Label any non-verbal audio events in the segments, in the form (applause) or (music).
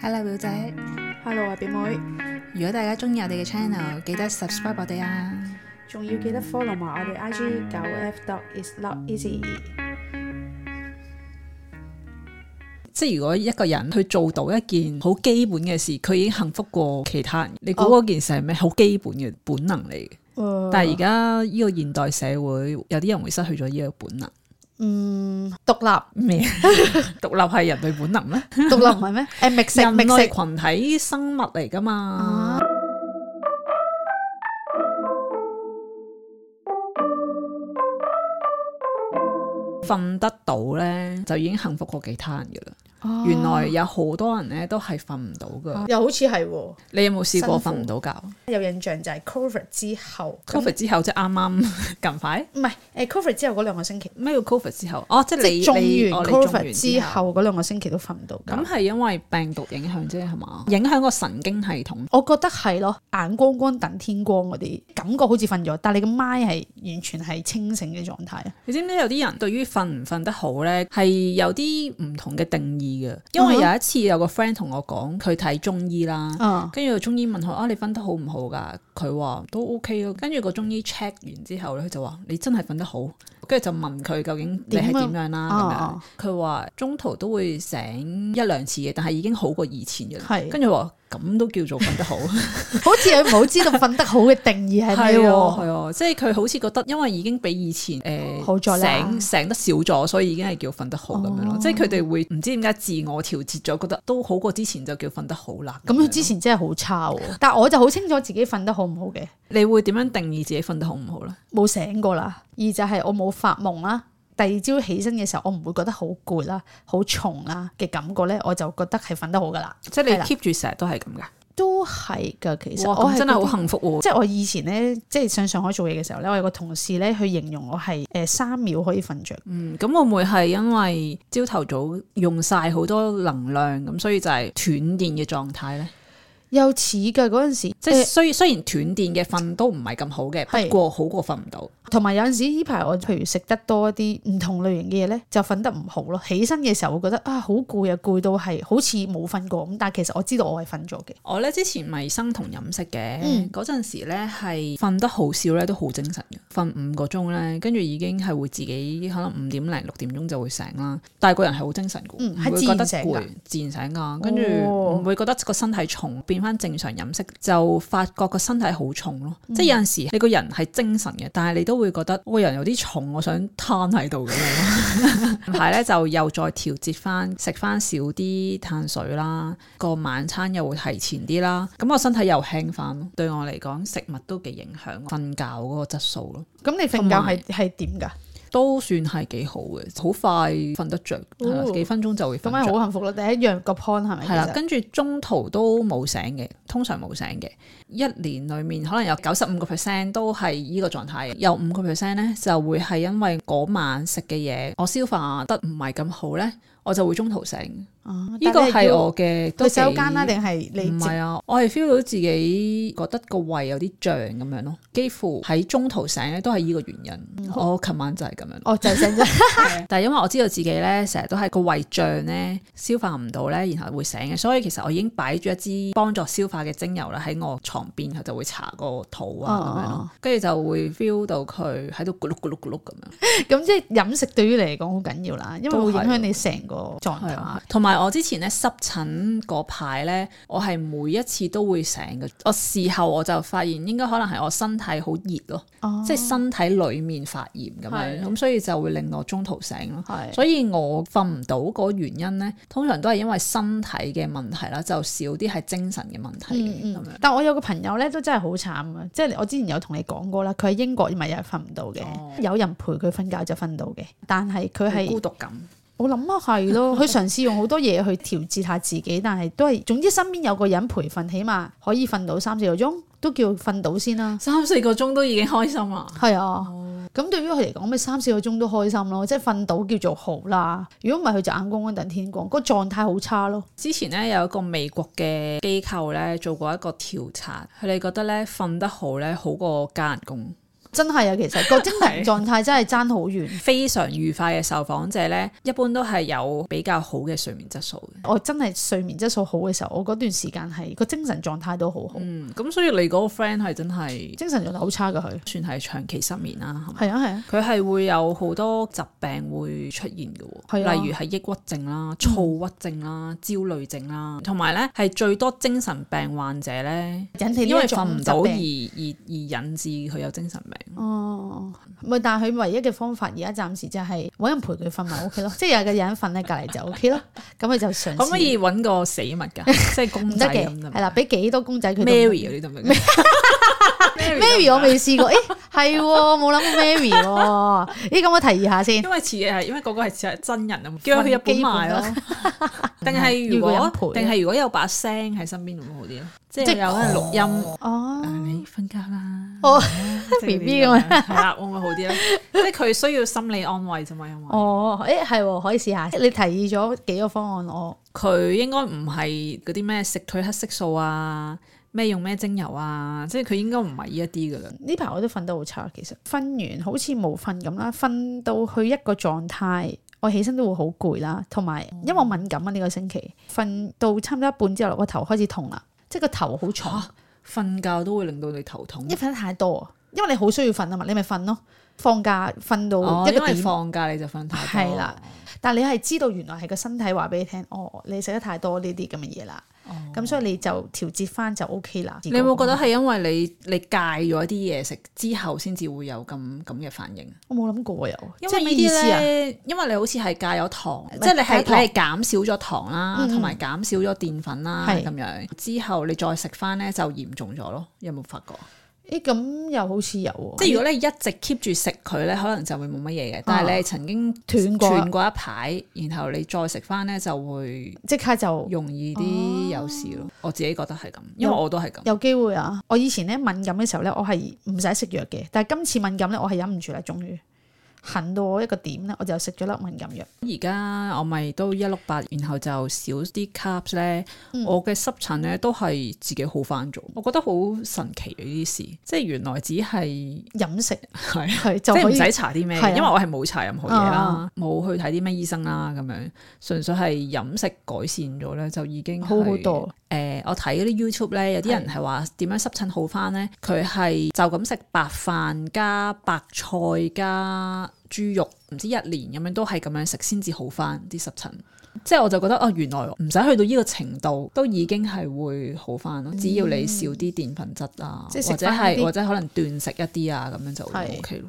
Hello 表姐， Hello 啊，表妹，如果大家中意我哋嘅 channel，記得 subscribe 我哋啊！仲要記得 follow 埋我哋 IG 九 F dot is not easy。即係如果一個人去做到一件好基本嘅事，佢已經幸福過其他人。你估嗰件事係咩？好基本嘅本能嚟嘅。哦但係而家呢個現代社會，有啲人會失去咗呢個本能。嗯，獨立， (laughs) 咩？ (laughs) 獨立係人類本能咩？獨立唔係咩？誒，覓食人覓類食，群體生物嚟噶嘛？瞓得到咧，就已經幸福過其他人噶啦。啊原來有好多人咧都係瞓唔到噶。又好似係喎，你有冇試辛過瞓苦唔到覺有印象就係 Covid 之後？Covid 之後即係啱 (laughs) 啱近排唔係誒 Covid 之後嗰兩個星期，咩叫 Covid 之後？哦，即係即你係中你哦完你中 Covid 完之後嗰兩個星期都瞓唔到覺咁。係因為病毒影響啫，係嘛？嗯影響個神經系統。我覺得係咯，眼光光等天光嗰啲感覺好似瞓咗，但係你個 mind 係完全係清醒嘅狀態啊！你知唔知有啲人對於瞓唔瞓得好呢，係有啲唔同嘅定義嘅？因為嗯哼有一次有個 friend 同我講，佢睇中醫啦，嗯跟住個中醫問佢啊，你瞓得好唔好㗎？佢話都 OK 咯。跟住個中醫 check 完之後呢，佢就話你真係瞓得好。跟住就問佢究竟你係點啊點樣啦哦咁樣。佢話中途都會醒一兩次嘅，但係已經好過以前嘅啦。係跟住我話咁都叫做瞓得好。好似佢唔好知道瞓得好嘅定義 (laughs) 係啊係咩喎，喎？係喎，即係佢好似覺得，因為已經比以前誒、好啊咗啦哦醒醒得少咗，所以已經係叫瞓得好咁樣咯。即係佢哋會唔知點解自我調節咗，覺得都好過之前就叫瞓得好啦。咁佢之前真係好差喎，但係我就好清楚自己瞓得好唔好嘅，你會點樣定義自己瞓得好唔好咧？冇醒過啦。二就係我冇發夢啦，第二朝起身嘅時候，我唔會覺得好攰啦、好重啦嘅感覺咧，我就覺得係瞓得好噶啦。即係你係啦 keep 住成日都係咁噶。都係㗎，其實哇，我咁覺真係得好幸福喎！即係我以前咧，即係上上海做嘢嘅時候咧，我有個同事咧，佢形容我係誒三秒可以瞓着。嗯，咁會唔會係因為朝頭早用晒好多能量咁，所以就係斷電嘅狀態咧？又似㗎嗰陣時，即誒係雖雖然斷電嘅瞓都唔係咁好嘅，係不過好過瞓唔到。同埋有陣時呢排我譬如食得多一啲唔同類型嘅嘢咧，就瞓得唔好咯。起身嘅時候會覺得啊好攰啊，攰到係好似冇瞓過咁，但係其實我知道我係瞓咗嘅。我咧之前咪生酮飲食嘅嗯，嗰陣、時咧係瞓得好少咧，都好精神嘅，瞓五個鐘咧，跟住已經係會自己可能五點零六點鐘就會醒啦，但係個人係好精神嘅，嗯唔、係會覺得自然醒攰㗎，自然醒噶，跟住哦唔會覺得個身體重，變翻正常飲食就發覺個身體好重咯，嗯即係有陣時你個人係精神嘅，但係你都會覺得我個人有啲重，我想攤喺度咁樣咯。 (laughs) 近排咧就又再調節翻，食翻少啲碳水啦，個晚餐又會提前啲啦，咁我身體又輕翻咯。對我嚟講，食物都幾影響我瞓覺嗰個質素咯，咁你同瞓覺埋係係點㗎？都算係幾好嘅，好快瞓得着，係啦哦幾分鐘就會咁瞓係着。好幸福咯。第一樣個 point 係咪？係啦，其實跟住中途都冇醒嘅，通常冇醒嘅。一年裡面可能有九十五個 percent 都係依個狀態嘅，有五個 percent 咧就會係因為嗰晚食嘅嘢我消化得唔係咁好咧，我就會中途醒。啊呢個係我嘅但係都你係要去洗手間啦，幾定係唔你直係啊？我係 feel 到自己覺得個胃有啲脹咁樣咯，幾乎喺中途醒咧都係呢個原嗯因。我琴晚就係咁樣，哦就係醒咗。但係因為我知道自己咧成日都係個胃脹咧消化唔到咧，然後會醒嘅，所以其實我已經擺咗一支幫助消化嘅精油啦喺我床邊，佢就會搽個肚啊咁樣哦咯，跟住就會 feel 到佢喺度咕碌咕碌咕碌咁樣。咁即係飲食對於你嚟講好緊要啦，因為會影響你成個狀係態啊。，同埋我之前咧濕疹嗰排咧，我係每一次都會醒嘅。我事後我就發現，應該可能係我身體好熱咯，哦即係身體裡面發炎咁樣，係咁所以就會令我中途醒咯。係所以我瞓唔到嗰原因咧，通常都係因為身體嘅問題啦，就少啲係精神嘅問題嗯嘅咁樣。但我有個朋友咧，都真係好慘啊！即係我之前有同你講過啦，佢喺英國咪又係瞓唔到嘅，有人陪佢瞓覺就瞓到嘅。但係哦佢好係孤獨感，我諗啊係 (laughs) 咯，佢嘗試用好多嘢去調節下自己，但係都係總之身邊有個人陪瞓，起碼可以瞓到三四個鐘，都叫瞓到先啦。三四個鐘都已經開心啦。係啊，咁對於佢嚟講，咪三四個鐘都開心咯，即係瞓到叫做好啦。如果唔係，佢就眼光光等天光，個狀態好差咯。之前咧有一個美國嘅機構咧做過一個調查，佢哋覺得咧瞓得好咧好過加人工。真係啊，其實個精神狀態真係爭好遠。非常愉快嘅受訪者咧，一般都係有比較好嘅睡眠質素嘅。我真係睡眠質素好嘅時候，我嗰段時間係個精神狀態都好好，嗯，咁所以你嗰個 friend 係真係精神狀態好差㗎佢。算係長期失眠啦，係咪？係啊係啊，佢係會有好多疾病會出現嘅係喎，啊例如係抑鬱症啦、躁鬱症啦、焦慮症啦，同埋咧係最多精神病患者咧，引起因為呢一瞓種唔疾到而而而病。引致佢有精神病。哦，唔係，但係佢唯一嘅方法而家暫時就係揾人陪佢瞓咪 OK 咯， (laughs) 即係有個人瞓喺隔離就 OK 咯， (laughs) 咁佢就嘗試。可唔可以揾個死物 (laughs) 㗎？即係公唔得仔嘅咁，得係啦，俾幾多公仔佢都唔 Mary 啊嗰啲得唔得㗎 (laughs) Mary 我未試過，誒係喎，冇諗過 Mary 喎，咦咁我提議下先，因為似嘅係，因為嗰個係似係真人啊，叫佢去日本基本賣啦咯。定係如要果個人陪定係如果有把聲喺身邊會唔會好啲咧？即係有人錄音。 (laughs) 哦啊，你瞓覺啦，哦即係嗰啲 BB 咁樣樣，係啦，會唔會好啲咧？ (laughs) 即係佢需要心理安慰啫嘛，因為哦，誒係喎，可以試下，你提議咗幾個方案我，佢應該唔係嗰啲咩食褪黑色素啊，咩用咩精油啊，即係佢應該唔係呢一啲噶啦。呢排我都瞓得好差，其實瞓完好似冇瞓咁啦，瞓到去一個狀態，我起身都會好攰啦，同埋嗯因為我敏感啊呢、個星期，瞓到差唔多一半之後，個頭開始痛啦，即係個頭好重，瞓覺都會令到你頭痛因為，瞓得太多啊，因為你好需要瞓啊嘛，你咪瞓咯，放假瞓哦到一因個為點，放假你就瞓太多係啦，但你係知道原來係個身體話俾你聽，哦，你食得太多呢啲咁嘅嘢啦，咁、所以你就調節翻就 O K 啦。哦你有冇覺得係因為你你戒咗一啲嘢食之後，先至會有咁咁嘅反應？我冇諗過有，因即係為咩呢意思啲啊？咧，因為你好似係戒咗糖，係即係你係戒糖你係減少咗糖啦，嗯嗯同埋減少咗澱粉啦，係咁樣之後你再食翻咧就嚴重咗咯。有冇發覺？咦，咁又好似有喎，即係如果你一直 keep 住食佢咧，可能就會冇乜嘢嘅。但係你係曾經斷啊過斷過一排，然後你再食翻咧就會即刻就容易啲有事咯。我自己覺得係咁，因為我都係咁。哦有機會啊！我以前咧敏感嘅時候咧，我係唔使食藥嘅，但係今次敏感咧，我係忍唔住啦，終於痕到我一個點咧，我就食咗粒敏感藥。而家我咪都一六八，然後就少啲 carbs 咧，嗯我嘅濕疹咧都係自己好翻咗，我覺得好神奇嘅呢啲事，即係原來只係飲食係。係即就係可唔以啊使搽啲係咩啊嘅，因為我係冇搽任何嘢啦，冇去睇啲咩醫生啦，咁樣純粹係飲食改善咗咧，就已經係好好多。誒、呃我睇嗰啲 YouTube 咧，有啲人係話點樣濕疹好翻咧？佢係就咁食白飯加白菜加豬肉，唔知一年咁樣都係咁樣食先至好翻啲濕疹。即係我就覺得哦，原來唔使去到呢個程度，都已經係會好翻咯。只要你少啲澱粉質啊，即係食或者返係啲或者可能斷食一啲啊，咁樣就會係 OK 咯。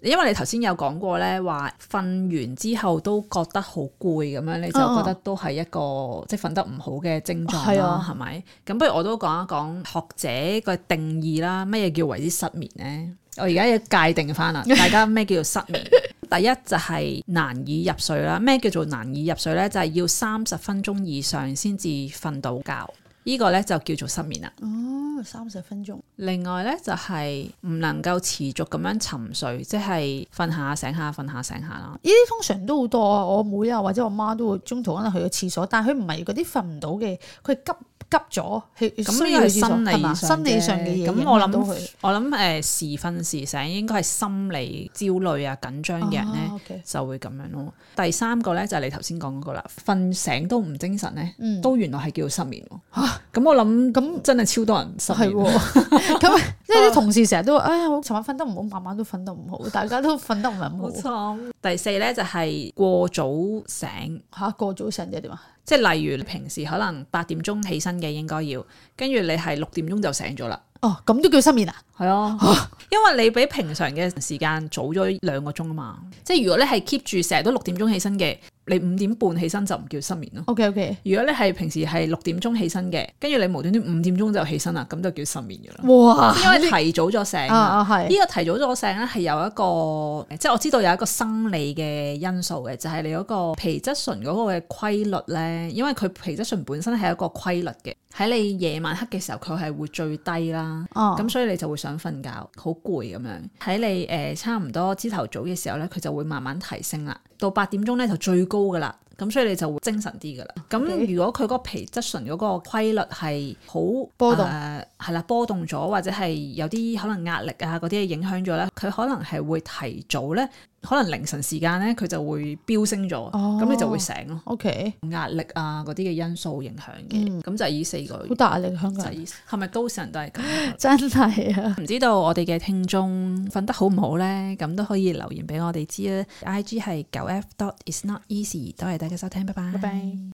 因為你頭先有講過咧，話瞓完之後都覺得好攰咁樣，你哦就覺得都係一個、即係瞓得唔好嘅症狀係啦啊，係咪、咁不如我都講一講學者嘅定義啦，乜嘢叫為之失眠咧？我而家要界定 (laughs) 翻啦，大家咩叫做失眠？第一就係難以入睡啦，咩叫做難以入睡咧？就係、要三十分鐘以上先至瞓到覺，呢、個咧就叫做失眠啦。哦，三十分鐘另外咧就係唔能夠持續咁樣沉睡，即係瞓下醒下，瞓下醒下啦。呢啲通常都好多啊！我妹啊或者我媽都會中途可能去咗廁所，但係佢唔係嗰啲瞓唔到嘅，佢急急咗，佢咁需呢要個係去廁所心係理嘛上生理上嘅啫嘢咁影我響到諗佢我諗誒、呃、時瞓時醒，應該係心理焦慮啊、緊張嘅人咧。哦，OK 就會咁樣咯。第三個咧就係、你頭先講嗰個啦，瞓醒都唔精神咧，嗯都原來係叫失眠喎。咁、我諗咁真係超多人失係眠喎。喎， (laughs) 咁因為啲同事成日都話：哎呀，我尋晚瞓得唔好，晚晚都瞓得唔好，大家都瞓得唔係咁好。慘！第四咧就係、過早醒，吓過早晨即係點啊？即係例如你平時可能八點鐘起身嘅應該要，跟住你係六點鐘就醒咗啦。哦，咁都叫失眠啊？係啊，因為你比平常嘅時間早咗兩個鐘啊嘛。即係如果你係 keep 住成日都六點鐘起身嘅，你五點半起身就唔叫失眠咯。 OK OK，如果你係平時係六點鐘起身嘅，跟住你無端端五點鐘就起身啦，咁就叫失眠嘅啦。哇！因為提早咗醒啊啊啊係，呢個提早咗醒咧，係有一個，即係我知道有一個生理嘅因素嘅，就係、你嗰個皮質醇嗰個嘅規律咧，因為佢皮質醇本身係一個規律嘅，喺你夜晚黑嘅時候佢係會最低啦，哦咁、所以你就會想瞓覺，好攰咁樣。喺你誒、呃差唔多朝頭早嘅時候咧，佢就會慢慢提升啦，到八點鐘咧就最高噶啦，咁所以你就會精神啲噶啦。咁 OK 如果佢嗰個皮質醇嗰個規律係好波動誒係啦，波動咗或者係有啲可能壓力啊嗰啲嘢影響咗咧，佢可能係會提早咧，可能凌晨時間咧佢就會飆升咗，咁、你就會醒咯。哦 OK，嗯壓力啊嗰啲嘅因素影響嘅，咁、就係呢四個好。大壓力啊香就港係人，呢係咪都市人都係咁？真係啊！唔知道我哋嘅聽眾瞓得好唔好呢？咁都可以留言俾我哋知啊。I G 係九 F dot is not easy。多謝大家收聽，拜拜。拜拜。